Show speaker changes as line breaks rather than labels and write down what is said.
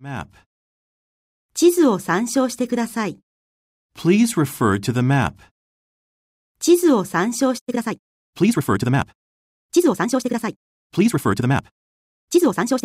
Map.
地図を参照してください。
Please refer to the map.
地図を参照してください。
Please refer to the map.
地図を参照してください。
Please refer to the map.
地図を参照してください。